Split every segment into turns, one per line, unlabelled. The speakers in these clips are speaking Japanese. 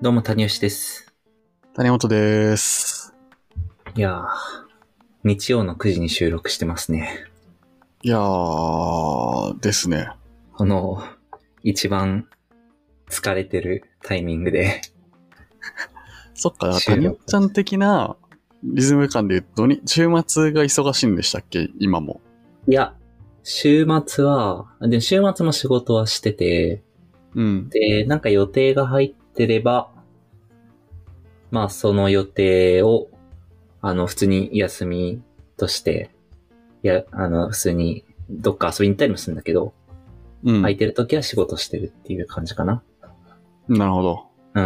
どうも、谷吉です。
谷本です。
いやー、日曜の9時に収録してますね。
いやー、ですね。
この、一番疲れてるタイミングで。
そっか、
収録
谷本ちゃん的なリズム感で言うと、に週末が忙しいんでしたっけ今も。
いや、週末は、でも週末も仕事はしてて、
うん。
で、なんか予定が入ってれば、まあ、その予定を、あの、普通に休みとして、いや、あの、普通にどっか遊びに行ったりもするんだけど、
うん。
空いてる時は仕事してるっていう感じかな。
なるほど。
うん。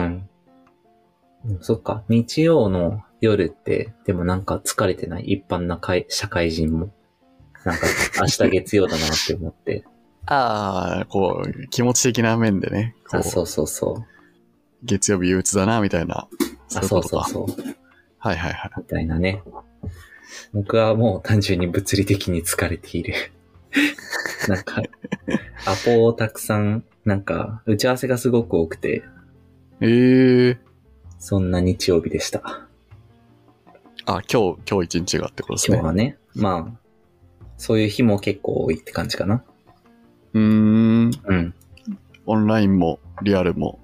うんそっか。日曜の夜って、でもなんか疲れてない。一般な会社会人も。なん か、明日月曜だなって思って。
あー、こう、気持ち的な面でね、こ
あ、
う、
そうそうそう。
月曜日憂鬱だな、みたいな。
あ、そう
こと
そう
か
そう。
はいはいはい。
みたいなね。僕はもう単純に物理的に疲れて いる。なんか、アポをたくさん、なんか、打ち合わせがすごく多くて、
えー、
そんな日曜日でした。
あ、今日、今日一日がってことです
今
ね
日。はね。まあ、そういう日も結構多いって感じかな。
うーん。
うん。
オンラインもリアルも、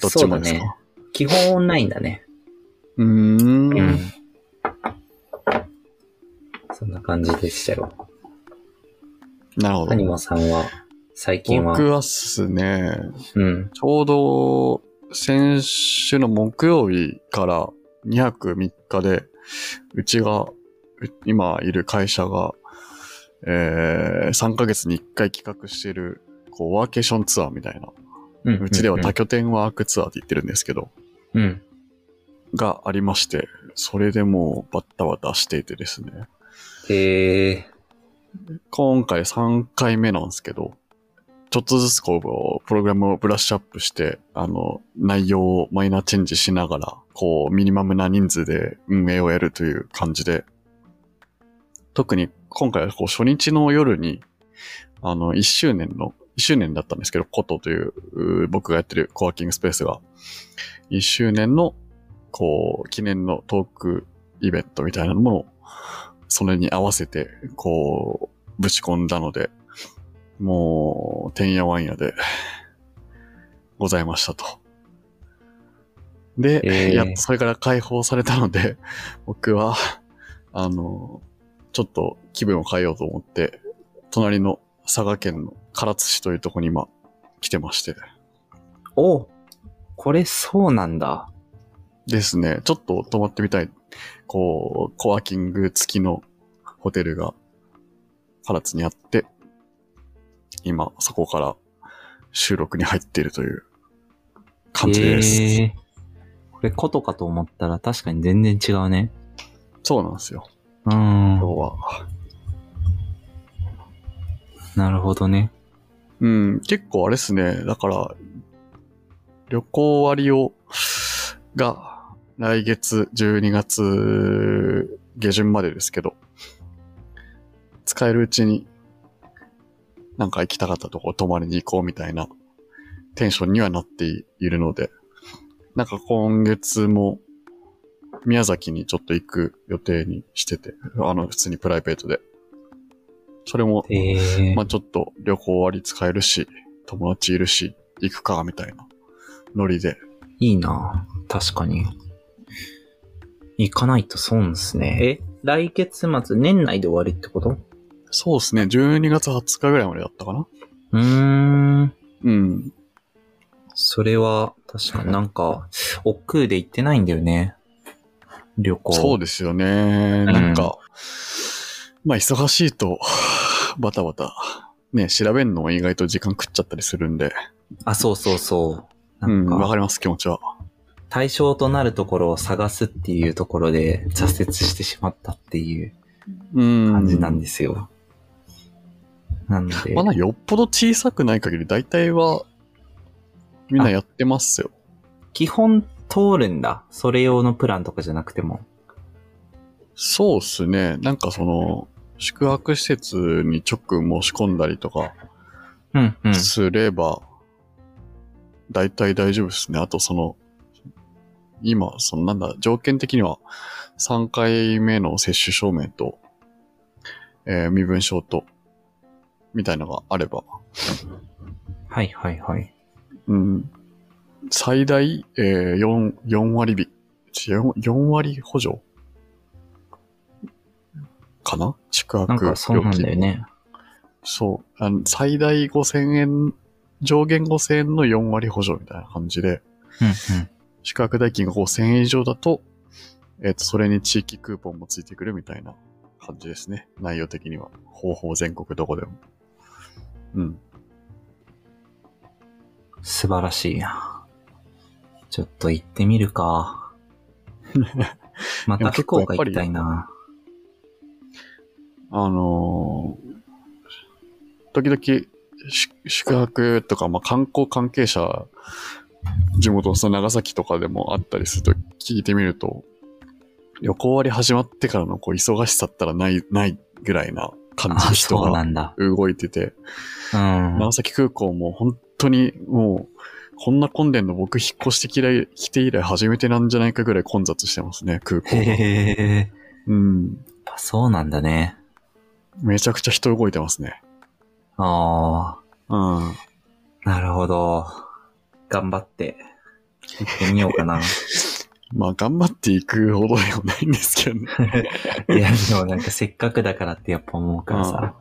どっちもです
そうだね
か。
基本オンラインだね。
う,、ーん。。
そんな感じでしたよ。
なるほど。
谷間さんは、最近は、
僕はっすね、
うん。
ちょうど先週の木曜日から2泊3日で、うちが、う今いる会社が、えー、3ヶ月に1回企画してる、こう、ワーケーションツアーみたいな、
うん
うちでは多拠点ワークツアーって言ってるんですけど、
うん。うん。
がありまして、それでもうバッタバタしていてですね、
へえ
今回3回目なんですけど、ちょっとずつこう、プログラムをブラッシュアップして、あの、内容をマイナーチェンジしながら、こう、ミニマムな人数で運営をやるという感じで、特に今回はこう、初日の夜に、あの、1周年の、1周年だったんですけど、コトといううー、僕がやってるコワーキングスペースが、1周年の、こう、記念のトークイベントみたいなものを、それに合わせて、こう、ぶち込んだので、もう、てんやわんやで、ございましたと。で、
えー
やっとそれから解放されたので、僕は、あの、ちょっと気分を変えようと思って、隣の佐賀県の唐津市というところに今、来てまして。
おこれそうなんだ。
ですね、ちょっと泊まってみたい、こう、コワーキング付きのホテルが、唐津にあって、今、そこから収録に入っているという感じです。
へえこれ、ことかと思ったら確かに全然違うね。
そうなんですよ、
うん。
今日は。
なるほどね。
うん、結構あれですね、だから、旅行割を、が、来月12月下旬までですけど、使えるうちに、なんか行きたかったとこ泊まりに行こうみたいなテンションにはなっているので、なんか今月も宮崎にちょっと行く予定にしてて、あの普通にプライベートで。それも
へえ
まあちょっと旅行割り使えるし、友達いるし、行くか、みたいなノリで。
いいな確かに。行かないと損ですね。え、来月末、年内で終わりってこと
そうですね、12月20日ぐらいまでだったかな
うーん。
うん。
それは、確かになんか、億劫で行ってないんだよね。旅行。
そうですよね。なん
うん
か、まあ忙しいと、 バタバタ、ね、調べるのも意外と時間食っちゃったりするんで、
あ、そうそうそう。
う
なん
ん、わ
か、
かります、気持ちは。
対象となるところを探すっていうところで挫折してしまったっていう
うん。
感じなんですよ。なので、
まだよっぽど小さくない限り、大体は、みんなやってますよ。
基本通るんだ。それ用のプランとかじゃなくても。
そうっすね。なんかその、宿泊施設に直申し込んだりとか
うん、うん。
すれば、大体大丈夫ですね。あとその、今、そのなんだ、条件的には3回目の接種証明と、えー身分証と、みたいなのがあれば、
はいはいはい。
うん、最大、えー、4, 4割引、4, 4割補助かな宿
なん
泊料
か
金
そうなんだよね。
そう。あの最大5000円、上限5000円の4割補助みたいな感じで、
うん
宿泊代金が5000円以上だと、えっ、と、それに地域クーポンもついてくるみたいな感じですね。内容的には。方法全国どこでも。うん。
うん。素晴らしいな。ちょっと行ってみる か。また
結
福
構やっ
岡
ぱり
行きたいな。
あのー時々し、宿泊とか、まあ、観光関係者、地元のその長崎とかでもあったりすると聞いてみると、旅行割始まってからのこう忙しさったらない、ないぐらいな感じ
あ、
で人
そうな
が
んだ。
動いてて、
うん。
長崎空港も本当にもう、こんな混んでんの僕引っ越してきらい来て以来初めてなんじゃないかぐらい混雑してますね、空港 が。
へえ。
うん。
やっぱそうなんだね。
めちゃくちゃ人動いてますね。
あ
うん。
あ、なるほど。頑張って、行ってみようか な。
まあ、頑張っていくほどでもないんです けどね。
いや、でもなんかせっかくだからってやっぱ思うからさ。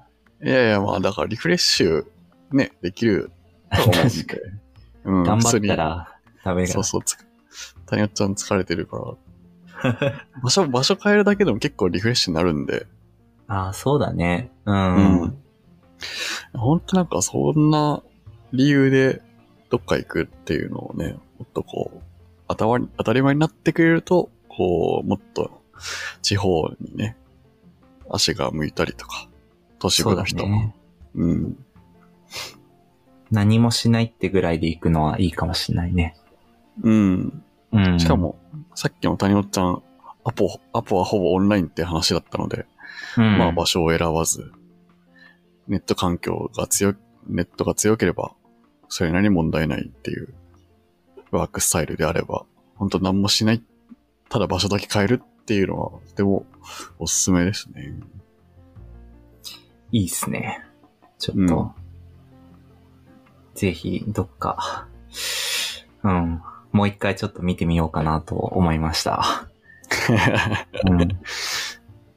いやいや、まあ、だからリフレッシュ、ね、できると思うんで。
確か
うん、
頑張
普
った
通
らダメ
に。
が。
そうそう、つ谷尾ちゃん疲れて るから。場所、場所変えるだけでも結構リフレッシュになるんで。
ああ、そうだね。う。
うんほんとなんか、そんな理由でどっか行くっていうのをね、もっとこう、頭に当たり前になってくれると、こう、もっと地方にね、足が向いたりとか、都市
そう
部
だ
の人も。
ね。
うん。
何もしないってぐらいで行くのはいいかもしれないね。
うん。
うん。
しか、も、さっきの谷本ちゃん、アポ、アポはほぼオンラインって話だったので、
うん、
まあ場所を選ばず、ネット環境が強い、ネットが強ければ、それなりに問題ないっていう、ワークスタイルであれば、本当何もしない、ただ場所だけ変えるっていうのは、とてもおすすめですね。
いいっすね。ちょっ
う
と、ぜひ、どっか、うん。もう一回ちょっと見てみようかなと思いました。うん。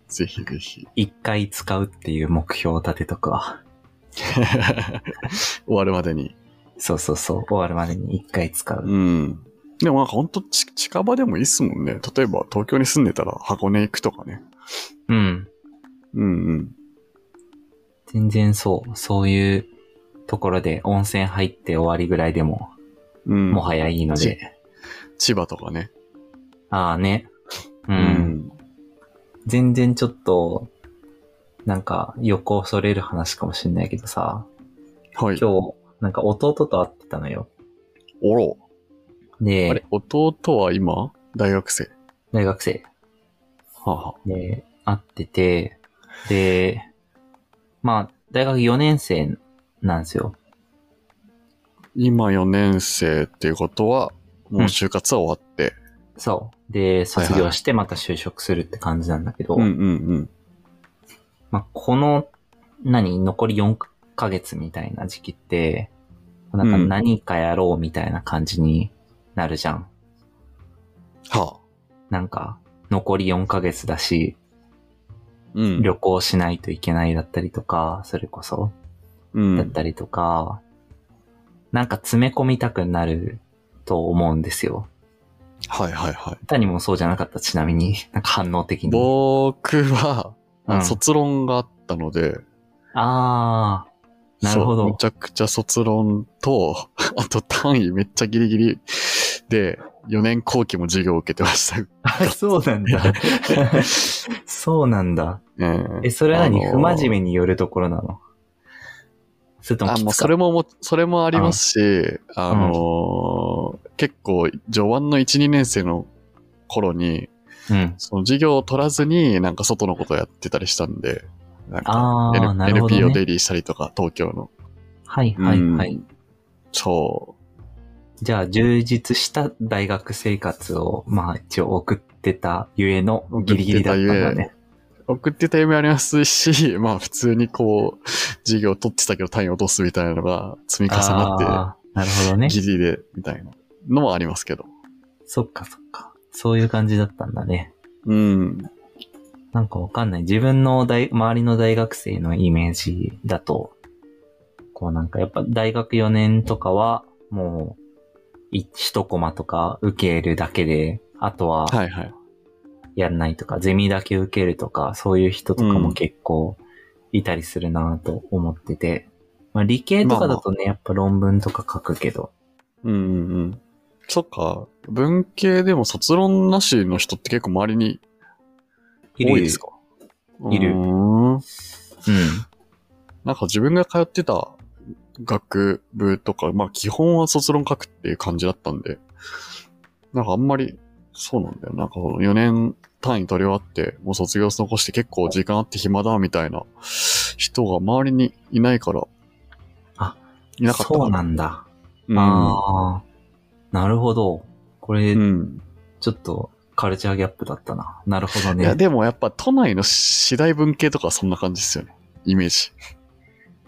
ぜひぜひ。
一回使うっていう目標を立てとくわ。
終わるまでに。
そうそうそう。終わるまでに一回使う。
うん。でもなんか本当ち近場でもいいっすもんね。例えば東京に住んでたら箱根行くとかね。
うん。
うんうん。
全然そう。そういうところで温泉入って終わりぐらいでも、
うん。
もはやいいので。
千葉とかね。
ああね。う。
うん
全然ちょっと、なんか横をそれる話かもしれないけどさ、
はい。
今日、なんか弟と会ってたのよ。
おろ。あ
で
れ、、弟は今大学生。
大学生。
はあはあ。
で、会ってて、で、まあ、大学4年生なんですよ。
今4年生っていうことは、もう就活は終わって。
そう。で、
はい
卒業してまた就職するって感じなんだけど、
うんうん
まあ、この、何、残り4ヶ月みたいな時期って、なんか
うん
何かやろうみたいな感じになるじゃん。
はあ。
なんか、残り4ヶ月だし、
うん。
旅行しないといけないだったりとか、それこそ、
うん
だったりとか、なんか詰め込みたくなると思うんですよ。
はいはいはい。
谷もそうじゃなかった、ちなみに。なんか反応的に。
僕は、あ
うん
卒論があったので、
あー、なるほ
そうめ
ど
ち。ゃくちゃ卒論と、 あと単位めっちゃギリギリで、4年後期も授業を受けてました。
あ そうなんだ。 そうなんだ。
うん
え、それは何、
あ
不
のー
真面目によるところなのそれとも
あ、
き
もう
つ
そ
か
れもも、それもありますし、あのー結構、序盤の1、2年生の頃に、
うん。
その授業を取らずに、なんか外のことをやってたりしたんで、なんか、
あー、な
N
るほ
p
ど、
を
ね。
出入りしたりとか、東京の。
はいはいはい。
うんそう。
じゃあ、充実した大学生活を、まあ一応送ってたゆえのギリギリだったんだね。
送ってた夢ありますし、 まあ普通にこう、授業取ってたけど単位落とすみたいなのが積み重なっ
あーなるほどね
て、。ギリで、みたいなのはありますけど。
そっかそっか。そういう感じだったんだね。
うん。
なんかわかんない。自分の大、周りの大学生のイメージだと、こうなんかやっぱ大学4年とかは、もう、い一コマとか受けるだけで、あとは
はいはい。
やんないとか、ゼミだけ受けるとか、そういう人とか
う
も
ん
結構いたりするなぁと思ってて、まあ理系とかだとね、やっぱ論文とか書くけど、
うんうんうん。そっか。文系でも卒論なしの人って結構周りに
いる
多いですか
いる
うーん
うん。
なんか自分が通ってた学部とか、まあ基本は卒論書くっていう感じだったんで、なんかあんまり、そうなんだよ。なんか4年単位取り終わって、もう卒業残して結構時間あって暇だみたいな人が周りにいないから、
あ、
いなかったか
そうなんだ。
うん
ああ、なるほど。これ、
うん。
ちょっとカルチャーギャップだったな。なるほど
いや、
ね。
でもやっぱ都内の次第文系とかはそんな感じですよね。イメージ。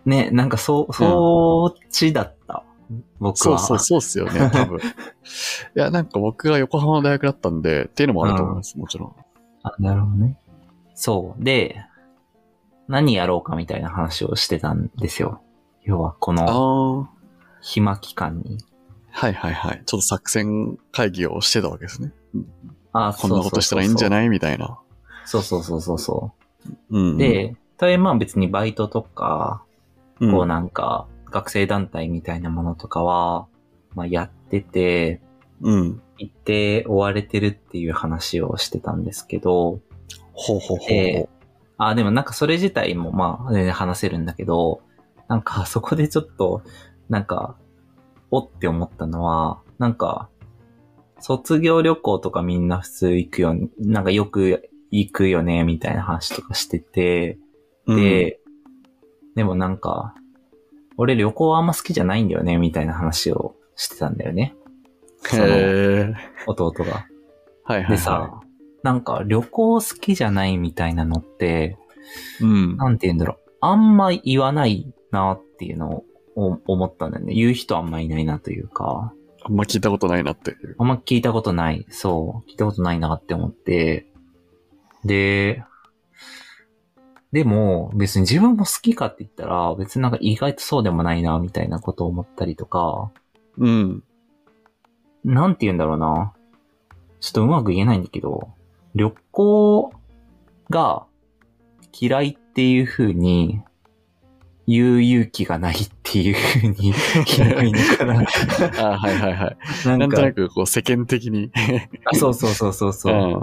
ね、なんかそう、そうちだった。僕
そう
は。
そう、そうっすよね、多分。いや、なんか僕が横浜の大学だったんで、っていうのもあると思います、もちろん。
あ、なるほどね。そう。で、何やろうかみたいな話をしてたんですよ。要はこ
あ
の
あ。
暇期間に。
はいはいはい。ちょっと作戦会議をしてたわけですね。
あ
こんなことしたらいいんじゃ
い
ないみたいな。
そうそうそうそうそ
うん。
う。、で、ただまあ別にバイトとか、
うん、
こうなんか学生団体みたいなものとかは、まあやってて、
うん。
行って追われてるっていう話をしてたんですけど、
ほうほうほうほう。
であ、でもなんかそれ自体もまあ全然話せるんだけど、なんかそこでちょっと、なんか、おって思ったのは、なんか、卒業旅行とかみんな普通行くよね、なんかよく行くよね、みたいな話とかしてて、
うん、
で、でもなんか、俺旅行はあんま好きじゃないんだよね、みたいな話をしてたんだよね、そ
へ
の
え。
弟が。
はいはい、はい。
でさ、なんか旅行好きじゃないみたいなのって、
うん。
なんて言うんだろう。あんま言わないなっていうのを思ったんだよね。言う人あんまいないなというか、
あんま聞いたことないなっていう。
あんま聞いたことない。そう、聞いたことないなって思って。で、でも別に自分も好きかって言ったら、別になんか意外とそうでもないなみたいなことを思ったりとか、
うん。
なんて言うんだろうな。ちょっとうまく言えないんだけど、旅行が嫌いっていう風に言う勇気がないっていう風に言えばいいのかな。
あはいはいはい。
な
なんん
か
となくこう世間的に。
あそうそうそうそうそう、
ん。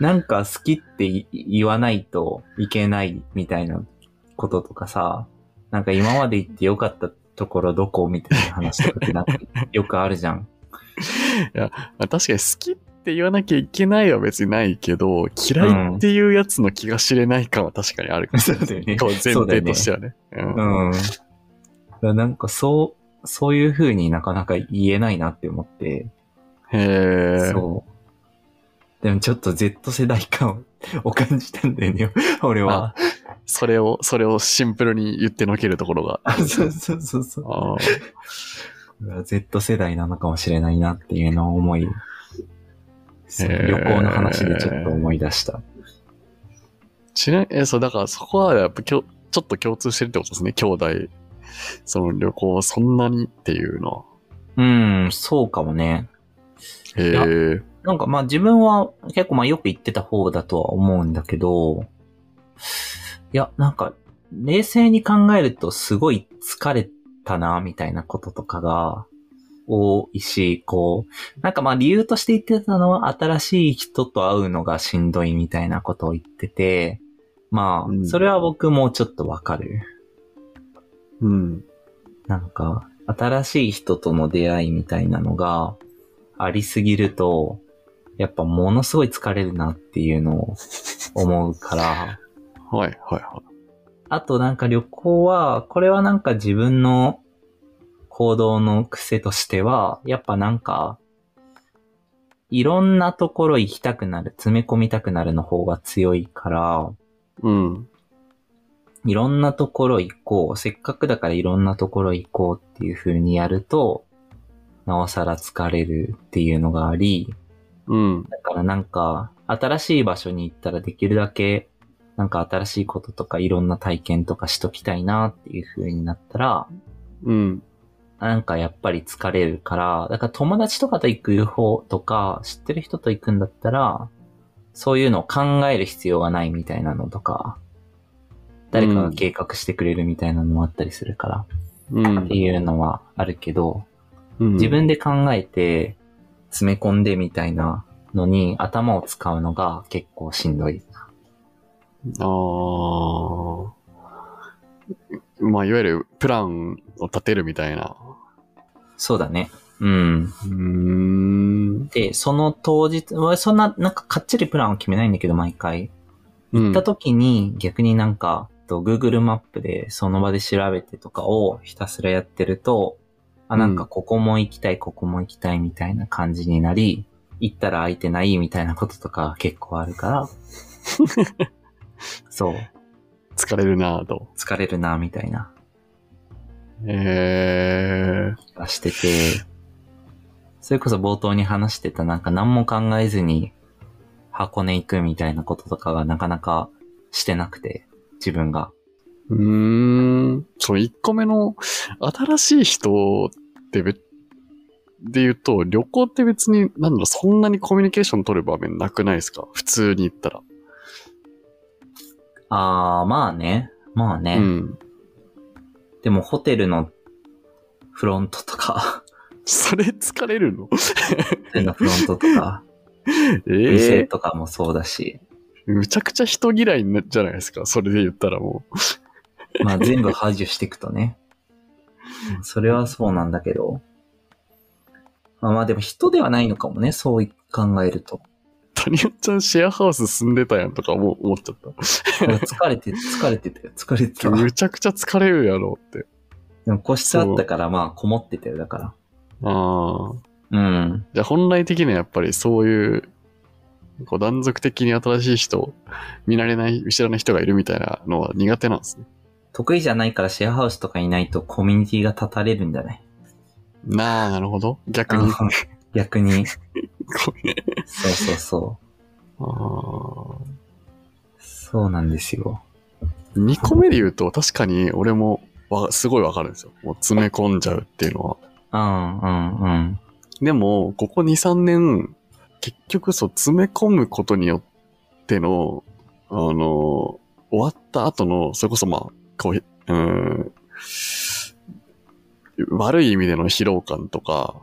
なんか好きってい言わないといけないみたいなこととかさ、なんか今まで行ってよかったところどこみたいな話とかってなんかよくあるじゃん。
まあ確かに好きって言わなきゃいけないは別にないけど、嫌いっていうやつの気が知れない感は確かにあるかもしれな
そ
い
うだよね
こう前
そうだよ
提
ね
としてはね。うん
うん。だからなんかそう、そういう風になかなか言えないなって思って、
へえ。
そう。でもちょっと Z 世代感をを感じたんだよね、 俺は。
それを、それをシンプルに言ってのけるところが。
あそうそうそうそう
ああ。
うわ。Z 世代なのかもしれないなっていうのを思い、そう
へー
旅行の話でちょっと思い出した。
ちなみに、え、そう、だからそこはやっぱきょちょっと共通してるってことですね、兄弟。その旅行はそんなにっていうのは。
うん、そうかもね。
へ
や
え。
なんかまあ自分は結構まあよく言ってた方だとは思うんだけど、いや、なんか冷静に考えるとすごい疲れたな、みたいなこととかが多いし、こう、なんかまあ理由として言ってたのは新しい人と会うのがしんどいみたいなことを言ってて、ま
うん
あ、それは僕もちょっとわかる。
うん。
なんか、新しい人との出会いみたいなのがありすぎると、やっぱものすごい疲れるなっていうのを思うから、
はい、はい、は
あとなんか旅行は、これはなんか自分の行動の癖としては、やっぱなんか、いろんなところ行きたくなる、詰め込みたくなるの方が強いから、
うん。
いろんなところ行こう。せっかくだからいろんなところ行こうっていう風にやると、なおさら疲れるっていうのがあり、
うん。
だからなんか、新しい場所に行ったらできるだけ、なんか新しいこととかいろんな体験とかしときたいなっていう風になったら、
うん。
なんかやっぱり疲れるから、だから友達とかと行く方とか、知ってる人と行くんだったら、そういうのを考える必要がないみたいなのとか、誰かが計画してくれるみたいなのもあったりするから、
うん
って。いうのはあるけど、
うん
自分で考えて、詰め込んでみたいなのに頭を使うのが結構しんどい。
ああ。まあ、いわゆるプランを立てるみたいな。
そうだね。うん。
うーん。
で、その当日、うわそんな、なんかかっちりプランを決めないんだけど、毎回。
行
行った時に逆になんか、と Google マップでその場で調べてとかをひたすらやってると、あ、なんかここも行きたい、ここも行きたいみたいな感じになり、行ったら空いてないみたいなこととか結構あるから、そう、
疲れるなぁと。
疲れるな、みたいな、
え
がしてて、それこそ冒頭に話してたなんか何も考えずに箱根行くみたいなこととかがなかなかしてなくて、自分が。
ー、うーん。その1個目の、新しい人ってべ、で言うと、旅行って別に、なんだろう、そんなにコミュニケーション取る場面なくないですか普通に言ったら。
あー、まあね。まあね。
うん。
でもホテルのフロントとか、
それ疲れるの
ホテルのフロントとか、
え
店
え
とかもそうだし、
むちゃくちゃ人嫌いになじゃないですかそれで言ったらもう。
まあ全部排除していくとね。それはそうなんだけど。まあまあでも人ではないのかもね、そう考えると。
谷尾ちゃんシェアハウス住んでたやんとかも思っちゃっ
疲れて、疲れてたよ、疲れてた。
た。 むちゃくちゃ疲れるやろって。
でも個室あったからまあこもってたよ、だか
ああ。
ら。うん。
じゃあ本来的にはやっぱりそういう、こう断続的に新しい人、見慣れない、見知らない人がいるみたいなのは苦手なんですね。
得意じゃないからシェアハウスとかいないとコミュニティが立たれるんじゃない
なあ、なるほど。逆に。
うん 逆に。
ごめん
そうそうそう。
あー
そうなんですよ。
二個目で言うと確かに俺もわすごいわかるんですよ。もう詰め込んじゃうっていうのは。
うん、うん、うん。
でも、ここ2、3年、結局そう、詰め込むことによっての、あの、終わった後の、それこそまあ、こう、うーん、悪い意味での疲労感とか、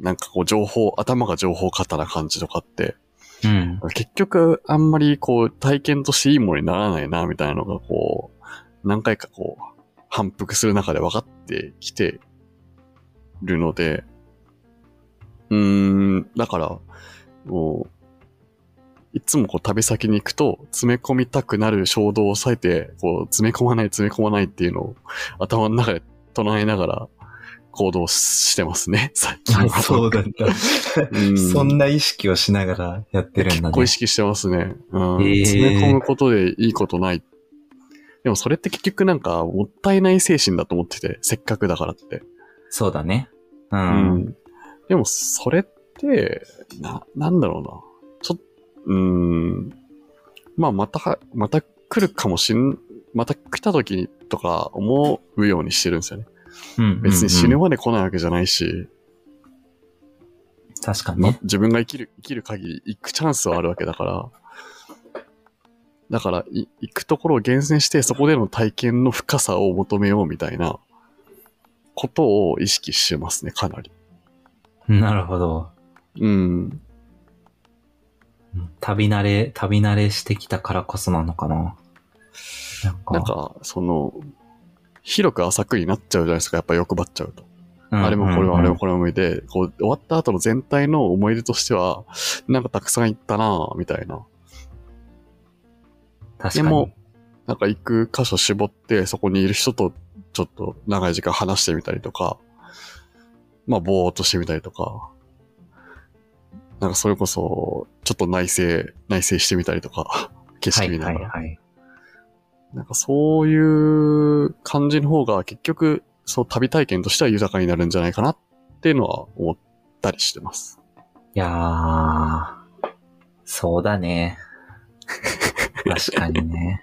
なんかこう情報、頭が情報過多な感じとかって、
うん。
結局あんまりこう体験としていいものにならないな、みたいなのがこう、何回かこう、反復する中で分かってきてるので、うーん、だから、もう、いつもこう旅先に行くと、詰め込みたくなる衝動を抑えて、こう、詰め込まない、詰め込まないっていうのを頭の中で唱えながら行動してますね、最近は。
そうだった。
うん
そんな意識をしながらやってるんだ
結構
ね
意。識してますね。うん。
へー
詰め込むことでいいことない。でもそれって結局なんかもったいない精神だと思ってて、せっかくだからって。
そうだね。う。。
うんでもそれって、な、なんだろうな。ちょっ、うーん。まあまたは、また来るかもしん、また来た時にとか思うようにしてるんですよね。
うんうん
別に死
う
ぬ
ん
まで来ないわけじゃないし、
確かに
ま
ね。
自分が生きる、生きる限り行くチャンスはあるわけだから、だから、い行くところを厳選して、そこでの体験の深さを求めようみたいなことを意識してますね、かなり。
なるほど。
うん。
旅慣れ、旅慣れしてきたからこそなのかな。なんか、
なんか、その、広く浅くになっちゃうじゃないですか、やっぱ欲張っちゃうと。あれもこれもあれもこれも見て、こう、終わった後の全体の思い出としては、なんかたくさん行ったなぁみたいな。
れ。確
で
かに
も。、なんか行く箇所絞って、そこにいる人とちょっと長い時間話してみたりとか、まあ、ぼーっとしてみたりとか、なんかそれこそ、ちょっと内省、内省してみたりとか、 景
は
色見
い
なが
は
ら
い。はい。
なんかそういう感じの方が結局、そう旅体験としては豊かになるんじゃないかなっていうのは思ったりしてます。
いやー、そうだ ね。確かにね。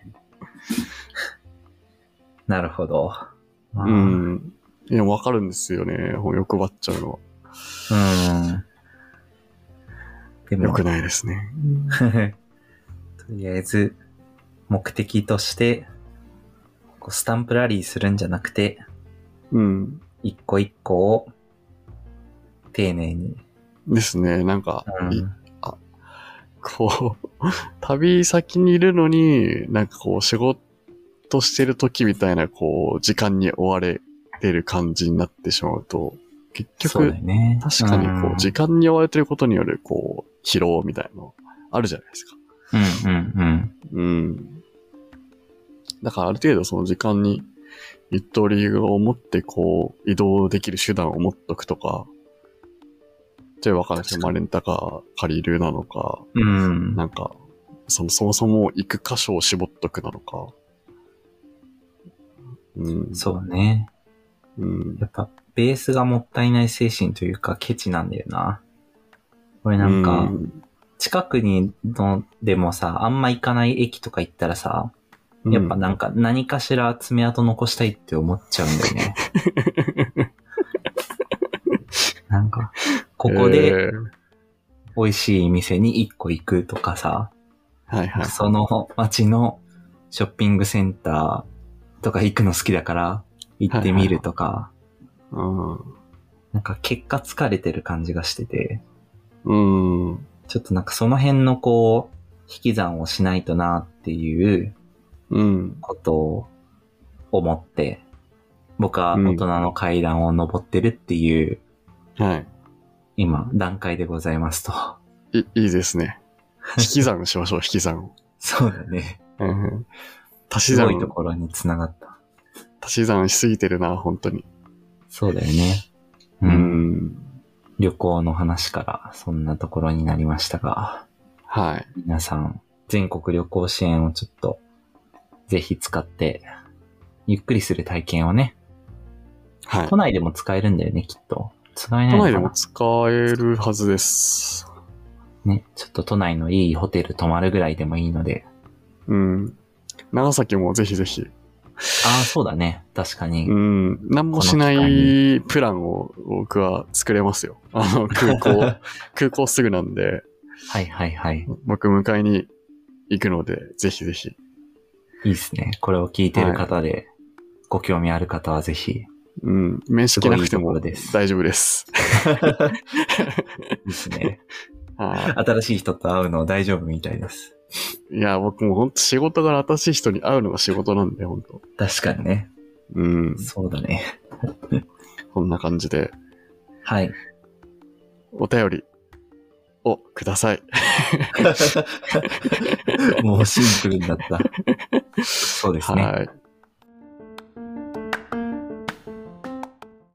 なるほど。まあ
う。ん。いや、わかるんですよね。欲張っちゃうのは。
うん。で
良
も、
くないですね。
とりあえず、目的として、こうスタンプラリーするんじゃなくて、
うん。
一個一個を、丁寧に。
ですね。なんか、
うん
いこう、 旅先にいるのに、なんかこう、仕事してる時みたいな、こう、時間に追われてる感じになってしまうと、結
そう
局
だ、よね。
確かにこ
ん
う、時間に追われてることによる、こう、疲労みたいなの、あるじゃないですか。
うんうんうん。
うん。だからある程度その時間にゆとりを持ってこう移動できる手段を持っとくとか、例えばわかんないですけど、まあレンタカー借りるなのか、
うん。
なんか、そのそもそも行く箇所を絞っとくなのか。うん。
そうね。
う。ん。
やっぱ、ベースがもったいない精神というか、ケチなんだよな。これなん
う
か、
ん
近くにの、でもさ、あんま行かない駅とか行ったらさ、やっぱなんか何かしら爪痕残したいって思っちゃうんだよ ね。なんか、ここ
え
で
ー
美味しい店に一個行くとかさ、
はいはい。
その街のショッピングセンターとか行くの好きだから行ってみるとか、なんか結果疲れてる感じがしてて、
うん。うん。
ちょっとなんかその辺のこう、引き算をしないとなっていう
うん。
ことを思って、僕は大人の階段を登ってるっていう、
はい。
今、段階でございますと。
い、いいですね。引き算しましょう、引き算を。
そうだね。
うん足し
すごい
算
と、ころに繋がった。
足し算しすぎてるな、本当に。
そうだよね。う。
うんん
旅行の話から、そんなところになりましたが、
はい。
皆さん、全国旅行支援をちょっと、ぜひ使って、ゆっくりする体験をね、
はい。
都内でも使えるんだよね、きっと。使えない
都
の
内で
か
も
な
使えるはずです。
ね、ちょっと都内のいいホテル泊まるぐらいでもいいので。
うん。長崎もぜひぜひ。
ああ、そうだね。確かに。
うん。何もしな
この
いプランを僕は作れますよ。あの、空港、空港すぐなんで、
はいはいはい。
僕迎えに行くので、ぜひぜひ。
いいっすね。これを聞いてる方で、ご興味ある方はぜひ。
うん。面識なくて
すごい
も
いいところです
大丈 夫です。
いいっすね。
は
新しい人と会うの大丈夫みたいです。
い。いや、僕も本当仕事から新しい人に会うのが仕事なんで、本当
確かにね。
うん。
そうだね。
こんな感じで、
はい。
お便りをください。
もうシンプルになった。そうですね。
はい。